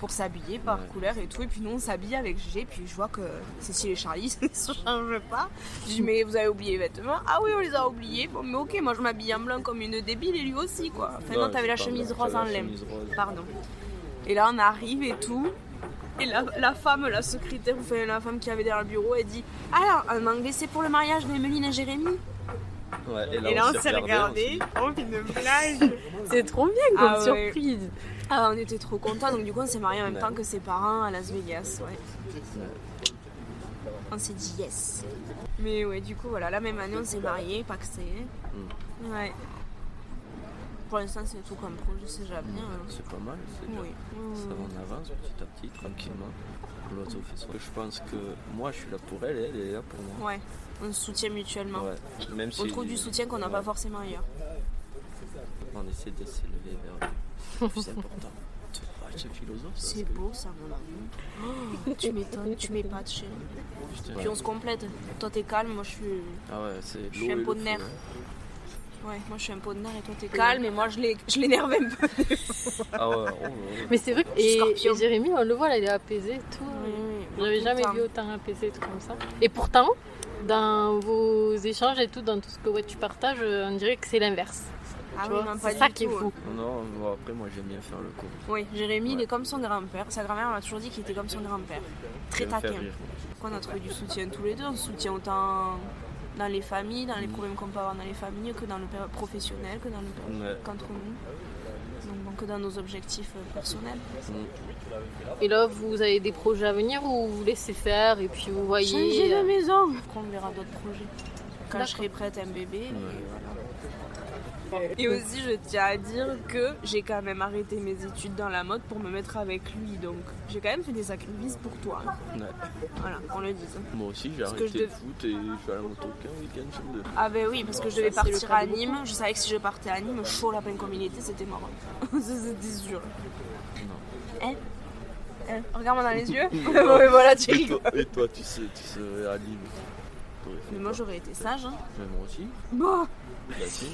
[SPEAKER 2] pour s'habiller par
[SPEAKER 3] Ouais.
[SPEAKER 2] couleur et tout. Et puis nous, on s'habille avec G. Puis je vois que Cécile et Charlie *laughs* ne se changent pas. Je dis, mais vous avez oublié les vêtements Ah oui, on les a oubliés. Bon, mais ok, moi je m'habille en blanc comme une débile et lui aussi, quoi. Enfin, non,
[SPEAKER 3] Non,
[SPEAKER 2] t'avais la
[SPEAKER 3] pardon,
[SPEAKER 2] chemise
[SPEAKER 3] j'avais
[SPEAKER 2] rose
[SPEAKER 3] la
[SPEAKER 2] en laine.
[SPEAKER 3] chemise rose.
[SPEAKER 2] Pardon. Et là, on arrive et tout. Et la, la femme, la secrétaire, enfin la femme qui avait derrière le bureau, elle dit Ah là, en anglais, c'est pour le mariage d'Emeline et Jérémy.
[SPEAKER 3] Ouais,
[SPEAKER 2] Et là, on s'est
[SPEAKER 3] regardé,
[SPEAKER 2] regardé. Oh, une blague
[SPEAKER 4] C'est trop bien comme
[SPEAKER 2] Ah ouais.
[SPEAKER 4] surprise.
[SPEAKER 2] Ah, on était trop contents, donc du coup on s'est mariés en même
[SPEAKER 3] Ouais.
[SPEAKER 2] temps que ses parents à Las Vegas, ouais. On s'est dit yes. Mais ouais, du coup voilà, la même année on s'est mariés, pas que c'est. Ouais. Pour l'instant c'est tout comme projet, c'est déjà bien.
[SPEAKER 3] on s'est- C'est pas mal, c'est
[SPEAKER 2] Oui.
[SPEAKER 3] déjà-
[SPEAKER 2] oui,
[SPEAKER 3] Ça
[SPEAKER 2] oui.
[SPEAKER 3] va en avance petit à petit, tranquillement. L'oiseau fait son. Je pense que moi je suis là pour elle et elle est là pour moi.
[SPEAKER 2] Ouais, on se soutient mutuellement.
[SPEAKER 3] Ouais. Même si
[SPEAKER 2] On trouve du soutien qu'on n'a pas forcément hein. ailleurs.
[SPEAKER 3] On essaie de s'élever vers
[SPEAKER 2] *laughs*
[SPEAKER 3] le plus important. Ah, c'est philosophe. ça.
[SPEAKER 2] C'est beau ça, mon ami. Oh, tu m'étonnes, tu m'épates chez
[SPEAKER 3] Putain.
[SPEAKER 2] Puis on se complète. Toi t'es calme, moi je suis.
[SPEAKER 3] Ah ouais, c'est
[SPEAKER 2] Je suis
[SPEAKER 3] l'eau
[SPEAKER 2] un
[SPEAKER 3] et le
[SPEAKER 2] pot de
[SPEAKER 3] feu,
[SPEAKER 2] nerf.
[SPEAKER 3] hein.
[SPEAKER 2] Ouais, moi je suis un pot de nerf et toi t'es calme et moi je l'ai- je l'énerve un peu.
[SPEAKER 3] Ah ouais, oh, oh,
[SPEAKER 4] Mais c'est vrai que. Et,
[SPEAKER 2] Scorpion.
[SPEAKER 4] et Jérémy, on le voit, là, il est apaisé et tout. Je l'avais jamais vu autant apaisé tout comme ça. Et pourtant, dans vos échanges et tout, dans tout ce que ouais, tu partages, euh, on dirait que c'est l'inverse.
[SPEAKER 2] Ah
[SPEAKER 4] tu
[SPEAKER 2] oui,
[SPEAKER 4] vois.
[SPEAKER 2] non, pas
[SPEAKER 4] c'est
[SPEAKER 2] du
[SPEAKER 4] ça qui est
[SPEAKER 2] tout,
[SPEAKER 4] fou.
[SPEAKER 3] oh. Non, bon, après moi j'aime bien faire le con.
[SPEAKER 2] Oui, Jérémy, il
[SPEAKER 3] Ouais.
[SPEAKER 2] est comme son grand-père. Sa grand-mère m'a toujours dit qu'il était comme son grand-père. Très
[SPEAKER 3] Ça me fait
[SPEAKER 2] taquin.
[SPEAKER 3] rire.
[SPEAKER 2] Pourquoi on a trouvé du soutien tous les deux On se soutient autant dans les familles, dans les problèmes qu'on peut avoir dans les familles, que dans le per- professionnel, que dans le per-
[SPEAKER 3] Ouais.
[SPEAKER 2] qu'entre nous. Donc, bon, que dans nos objectifs euh, personnels.
[SPEAKER 4] Et là, vous avez des projets à venir ou vous laissez faire et puis vous voyez.
[SPEAKER 2] Changer
[SPEAKER 4] euh,
[SPEAKER 2] de maison Après, on verra d'autres projets. Quand
[SPEAKER 4] D'accord.
[SPEAKER 2] je serai prête à un bébé.
[SPEAKER 3] Ouais.
[SPEAKER 2] Et aussi, je tiens à dire que j'ai quand même arrêté mes études dans la mode pour me mettre avec lui. Donc, j'ai quand même fait des sacrifices pour toi. hein.
[SPEAKER 3] Ouais.
[SPEAKER 2] Voilà, qu'on le dise.
[SPEAKER 3] Moi aussi j'ai
[SPEAKER 2] Parce que
[SPEAKER 3] arrêté
[SPEAKER 2] je
[SPEAKER 3] le
[SPEAKER 2] dev-
[SPEAKER 3] foot et je suis allé au Tokyo un week-end sur deux.
[SPEAKER 2] Ah ben oui, parce que je devais
[SPEAKER 4] Ça, c'est le
[SPEAKER 2] partir
[SPEAKER 4] cas
[SPEAKER 2] à
[SPEAKER 4] de beaucoup.
[SPEAKER 2] Nîmes. Je savais que si je partais à Nîmes, chaud la peine comme il était, c'était mort. *laughs* Ça, c'était sûr. Hein Hein Regarde-moi dans les yeux. *laughs* Ouais, voilà, tu
[SPEAKER 3] Et
[SPEAKER 2] rigoles.
[SPEAKER 3] toi, et toi, tu sais, tu serais à Lille. T'aurais fait
[SPEAKER 2] Mais moi,
[SPEAKER 3] quoi
[SPEAKER 2] j'aurais été sage. Hein.
[SPEAKER 3] Mais moi aussi.
[SPEAKER 2] Bon,
[SPEAKER 3] Bah si.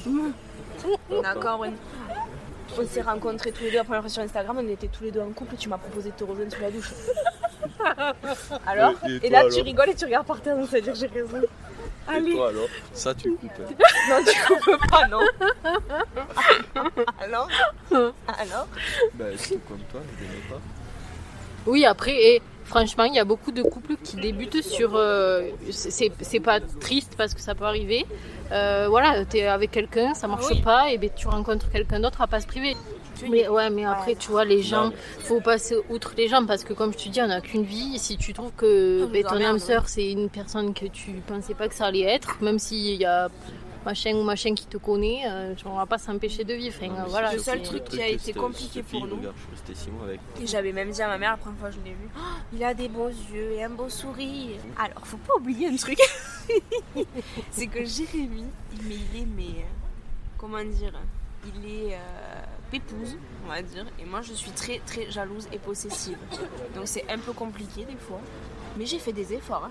[SPEAKER 2] d'accord. On, on s'est rencontrés tous les deux la première fois sur Instagram. On était tous les deux en couple. Tu m'as proposé de te rejoindre sous la
[SPEAKER 3] *laughs*
[SPEAKER 2] douche. Alors
[SPEAKER 3] Et- et
[SPEAKER 2] Et,
[SPEAKER 3] toi,
[SPEAKER 2] là, tu
[SPEAKER 3] alors
[SPEAKER 2] rigoles et tu regardes par terre. Donc, ça veut dire que j'ai raison.
[SPEAKER 3] Et
[SPEAKER 2] Allez.
[SPEAKER 3] toi alors Ça tu coupes. hein.
[SPEAKER 2] *laughs* Non, tu coupes pas, non. *laughs* Alors Alors
[SPEAKER 3] Bah, c'est tout comme toi, je n'aimais pas.
[SPEAKER 4] Oui, après, et franchement, il y a beaucoup de couples qui débutent sur. euh, c'est c'est pas triste parce que ça peut arriver. Euh, voilà, t'es avec quelqu'un, ça marche
[SPEAKER 2] Ah oui.
[SPEAKER 4] pas, et ben tu rencontres quelqu'un d'autre à pas se priver. Mais ouais, mais après,
[SPEAKER 2] Ouais.
[SPEAKER 4] tu vois, les gens,
[SPEAKER 3] Non,
[SPEAKER 2] euh,
[SPEAKER 4] faut passer outre les gens parce que, comme je te dis, on n'a qu'une vie. Si tu trouves que
[SPEAKER 2] Ah, je
[SPEAKER 4] ben,
[SPEAKER 2] vous
[SPEAKER 4] ton
[SPEAKER 2] emmerde,
[SPEAKER 4] âme
[SPEAKER 2] oui.
[SPEAKER 4] sœur, c'est une personne que tu pensais pas que ça allait être, même s'il y a machin ou machin qui te connaît, euh, on va pas s'empêcher de vivre. Enfin,
[SPEAKER 3] Non, mais c'est
[SPEAKER 4] voilà,
[SPEAKER 2] Ah, Le
[SPEAKER 3] surtout
[SPEAKER 2] seul
[SPEAKER 4] c'est-
[SPEAKER 2] truc qui
[SPEAKER 3] que
[SPEAKER 2] a été
[SPEAKER 3] cette-
[SPEAKER 2] compliqué
[SPEAKER 3] cette
[SPEAKER 2] pour
[SPEAKER 3] fille,
[SPEAKER 2] nous.
[SPEAKER 3] Regarde, je suis resté six mois avec.
[SPEAKER 2] Et j'avais même dit à ma mère la première fois que je l'ai vu, Oh, il a des beaux yeux et un beau sourire. Alors, faut pas oublier un truc. *laughs* c'est que Jérémy, mais il est, mais, euh, comment dire, il est euh, pépouze, on va dire. Et moi, je suis très, très jalouse et possessive. Donc, c'est un peu compliqué des fois. Mais j'ai fait des efforts. hein.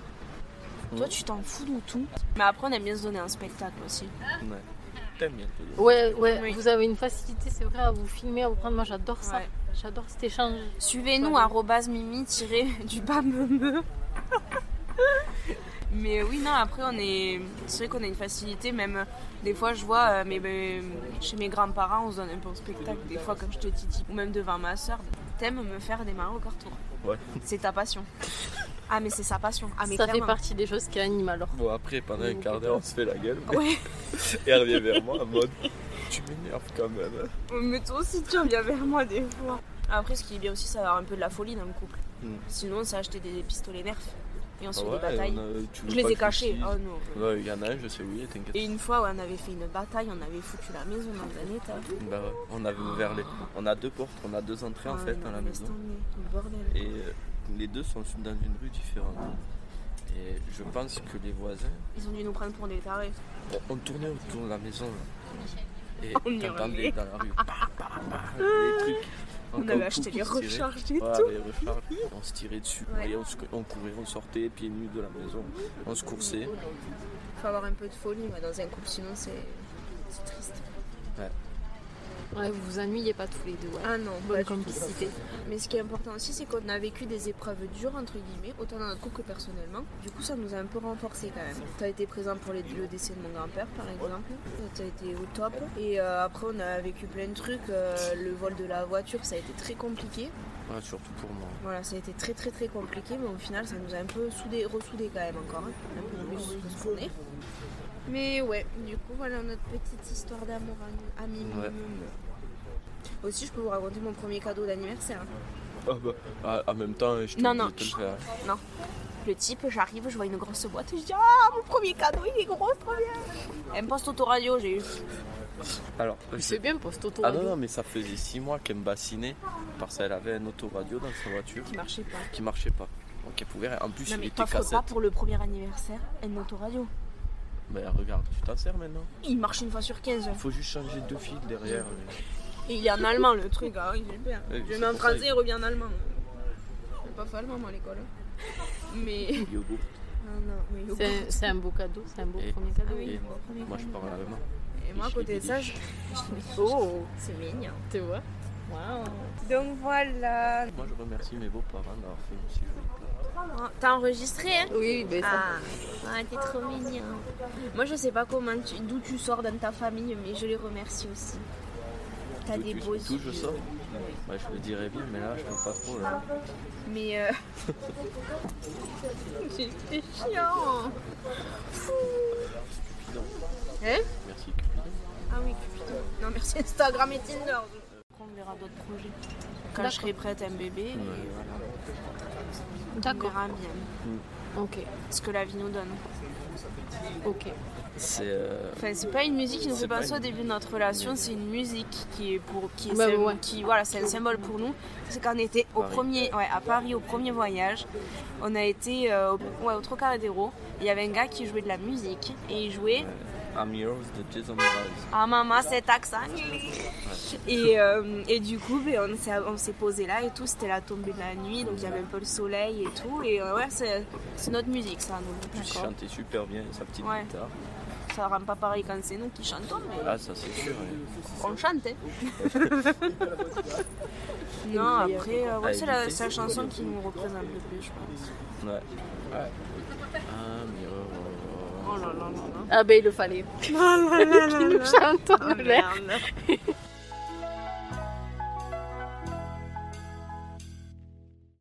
[SPEAKER 2] Toi,
[SPEAKER 3] Mhm.
[SPEAKER 2] tu t'en fous de tout. Mais après, on aime bien se donner un spectacle aussi.
[SPEAKER 3] Ouais. T'aimes bien te dire.
[SPEAKER 4] Ouais, ouais,
[SPEAKER 2] Oui.
[SPEAKER 4] vous avez une facilité, c'est vrai, à vous filmer, à vous prendre. Moi, j'adore ça.
[SPEAKER 2] Ouais. Ah,
[SPEAKER 4] J'adore cet échange.
[SPEAKER 2] *laughs* Suivez-nous, arrobase mimi du bas me *laughs* Mais oui, non, après, on est. C'est vrai qu'on a une facilité, même. Des fois, je vois, euh, mes, mes- chez mes grands-parents, on se donne un peu au spectacle, des fois, comme je te dis, ou même devant ma soeur. T'aimes me faire des mains au carrefour.
[SPEAKER 3] Ouais.
[SPEAKER 2] C'est ta passion. Ah, mais c'est sa passion. Ah, mais
[SPEAKER 4] ça fait
[SPEAKER 2] clairement.
[SPEAKER 4] partie des choses qui animent alors.
[SPEAKER 3] Bon, après, pendant un quart d'heure, on se fait la gueule.
[SPEAKER 2] *laughs* Ouais.
[SPEAKER 3] Et elle revient vers moi en mode Tu m'énerves quand même. hein.
[SPEAKER 2] Mais toi aussi, tu reviens vers moi des fois. Après, ce qui est bien aussi, c'est d'avoir un peu de la folie dans le couple.
[SPEAKER 3] Mm.
[SPEAKER 2] Sinon, on s'est acheté des pistolets nerfs et on se fait
[SPEAKER 3] Ah Ouais,
[SPEAKER 2] des batailles.
[SPEAKER 3] on a- tu
[SPEAKER 2] Je
[SPEAKER 3] veux pas
[SPEAKER 2] les ai
[SPEAKER 3] que
[SPEAKER 2] cachés.
[SPEAKER 3] j'utilise
[SPEAKER 2] Oh non.
[SPEAKER 3] Ouais, il y en a un, je sais où il est, t'inquiète.
[SPEAKER 2] Et une fois, ouais, on avait fait une bataille, on avait foutu la maison dans un état.
[SPEAKER 3] Bah ouais, on avait ouvert les. On a deux portes, on a deux entrées en
[SPEAKER 2] Ah,
[SPEAKER 3] fait
[SPEAKER 2] non,
[SPEAKER 3] dans la
[SPEAKER 2] laisse
[SPEAKER 3] maison.
[SPEAKER 2] tomber, le bordel.
[SPEAKER 3] Et euh, les deux sont dans une rue différente. Et je pense que les voisins.
[SPEAKER 2] Ils ont dû nous prendre pour des tarés.
[SPEAKER 3] Bon, on tournait autour de la maison là. Et
[SPEAKER 2] On y
[SPEAKER 3] t'entendais
[SPEAKER 2] revenait.
[SPEAKER 3] dans la rue. pa, pa, pa, les trucs.
[SPEAKER 2] On
[SPEAKER 3] Encore
[SPEAKER 2] avait acheté
[SPEAKER 3] tout
[SPEAKER 2] les
[SPEAKER 3] qui se tirait.
[SPEAKER 2] recharges et
[SPEAKER 3] Ouais,
[SPEAKER 2] tout.
[SPEAKER 3] les recharges. On se tirait dessus.
[SPEAKER 2] Ouais.
[SPEAKER 3] Et on, se- on courait, on sortait pieds nus de la maison. On se coursait.
[SPEAKER 2] Faut avoir un peu de folie ouais, dans un couple, sinon c'est c'est triste.
[SPEAKER 4] Ouais, vous vous ennuyez pas tous les deux. Ouais.
[SPEAKER 2] Ah non,
[SPEAKER 4] Bonne
[SPEAKER 2] pas du tout.
[SPEAKER 4] complicité.
[SPEAKER 2] Mais ce qui est important aussi, c'est qu'on a vécu des épreuves dures, entre guillemets, autant dans notre couple que personnellement. Du coup, ça nous a un peu renforcé quand même. T'as été présent pour les- le décès de mon grand-père, par exemple. T'as été au top. Et euh, après, on a vécu plein de trucs. Euh, le vol de la voiture, ça a été très compliqué.
[SPEAKER 3] Ouais, surtout pour moi.
[SPEAKER 2] Voilà, ça a été très très très compliqué, mais au final, ça nous a un peu soudé, ressoudé quand même encore. hein. Un peu plus que ce qu'on est. Mais ouais, du coup, voilà notre petite histoire d'amour à nous. à
[SPEAKER 3] Ouais.
[SPEAKER 2] Aussi, je peux vous raconter mon premier cadeau d'anniversaire. hein.
[SPEAKER 3] Ah bah, ah, en même temps, je te
[SPEAKER 2] Non,
[SPEAKER 3] dis
[SPEAKER 2] non,
[SPEAKER 3] de te le
[SPEAKER 2] chut.
[SPEAKER 3] faire.
[SPEAKER 2] Le type, j'arrive, je vois une grosse boîte, je dis Ah, mon premier cadeau, il est gros, trop bien Un poste autoradio, j'ai eu.
[SPEAKER 3] Alors, je-
[SPEAKER 4] C'est bien pour cet auto
[SPEAKER 3] Ah non, non, mais ça faisait 6 mois qu'elle me bassinait parce qu'elle avait un autoradio dans sa voiture
[SPEAKER 2] Qui marchait pas.
[SPEAKER 3] qui marchait pas. Donc elle pouvait rien. En plus,
[SPEAKER 2] Non,
[SPEAKER 3] il
[SPEAKER 2] mais
[SPEAKER 3] était
[SPEAKER 2] t'offres pas
[SPEAKER 3] cassette.
[SPEAKER 2] pour le premier anniversaire un autoradio.
[SPEAKER 3] Mais regarde, tu t'en sers maintenant.
[SPEAKER 2] Il marche une fois sur 15.
[SPEAKER 3] Faut juste changer deux fils derrière. mais-
[SPEAKER 2] Et il est en allemand, le truc, hein, il est super.
[SPEAKER 3] Oui,
[SPEAKER 2] Je
[SPEAKER 3] c'est
[SPEAKER 2] le mets en
[SPEAKER 3] pour ça,
[SPEAKER 2] français,
[SPEAKER 3] il-
[SPEAKER 2] il revient en allemand. J'ai pas fait allemand, moi, à l'école. *laughs* Mais.
[SPEAKER 3] Yogo.
[SPEAKER 2] Non, non, mais il est au
[SPEAKER 4] C'est un- c'est un beau cadeau, c'est un beau
[SPEAKER 3] Et-
[SPEAKER 4] premier cadeau.
[SPEAKER 2] Ah oui.
[SPEAKER 3] Et
[SPEAKER 2] mon premier
[SPEAKER 3] moi, je
[SPEAKER 2] cadeau.
[SPEAKER 3] parle allemand.
[SPEAKER 2] Et moi, à côté de ça, je-
[SPEAKER 4] Oh,
[SPEAKER 2] c'est mignon.
[SPEAKER 4] tu vois. Waouh.
[SPEAKER 2] Donc voilà.
[SPEAKER 3] Moi, je remercie mes beaux-parents d'avoir fait une si jolie plate.
[SPEAKER 2] Oh, T'as enregistré, hein
[SPEAKER 4] Oui, ben ça.
[SPEAKER 2] Ah, ouais, t'es trop mignon. Moi, je sais pas comment tu- d'où tu sors dans ta famille, mais je les remercie aussi. T'as des beaux
[SPEAKER 3] D'où je
[SPEAKER 2] yeux.
[SPEAKER 3] sors Bah, Je le dirais bien, mais là, je peux pas trop. Là.
[SPEAKER 2] Mais *laughs* euh... c'est c'est chiant. Hein
[SPEAKER 3] Merci, Cupidon.
[SPEAKER 2] Ah oui, Cupidon. Non, merci Instagram et Tinder. On verra d'autres projets. Quand
[SPEAKER 4] D'accord.
[SPEAKER 2] je serai prête à un bébé, et voilà, on
[SPEAKER 4] D'accord.
[SPEAKER 2] verra bien Ah.
[SPEAKER 4] Ok,
[SPEAKER 2] ce que la vie nous donne.
[SPEAKER 4] ok.
[SPEAKER 3] C'est. euh,
[SPEAKER 2] Enfin, c'est pas une musique qui nous
[SPEAKER 3] C'est
[SPEAKER 2] fait
[SPEAKER 3] pas
[SPEAKER 2] penser au
[SPEAKER 3] une-
[SPEAKER 2] début de notre relation, c'est une musique qui est pour qui, est
[SPEAKER 4] Bah,
[SPEAKER 2] sym-
[SPEAKER 4] ouais.
[SPEAKER 2] qui voilà, c'est un symbole pour nous. C'est qu'on était au
[SPEAKER 3] Paris.
[SPEAKER 2] premier, ouais, à Paris au premier voyage, on a été euh, au- ouais, au Trocadéro. Il y avait un gars qui jouait de la musique et il jouait
[SPEAKER 3] I'm yours de Jason Mraz.
[SPEAKER 2] Ah maman, cet accent et, euh, et du coup, ben, on s'est- on s'est posé là et tout, c'était la tombée de la nuit, donc il y avait un peu le soleil et tout. Et euh, ouais, c'est c'est notre musique ça,
[SPEAKER 3] Il
[SPEAKER 2] donc
[SPEAKER 3] chantait super bien sa petite
[SPEAKER 2] Ouais.
[SPEAKER 3] guitare.
[SPEAKER 2] ça rend pas pareil quand c'est nous qui chantons, mais
[SPEAKER 3] Ah, ça, c'est sûr. hein.
[SPEAKER 2] on chante. *laughs* hein. non, après, euh, ouais, c'est la, c'est la chanson qui nous représente le plus, je pense.
[SPEAKER 3] Ouais. Ouais. I'm yours.
[SPEAKER 2] Oh là là là là.
[SPEAKER 4] Ah ben il le fallait. *laughs*
[SPEAKER 2] Oh là là là *laughs*
[SPEAKER 4] J'entends
[SPEAKER 2] là.
[SPEAKER 4] l'air.
[SPEAKER 2] Merde.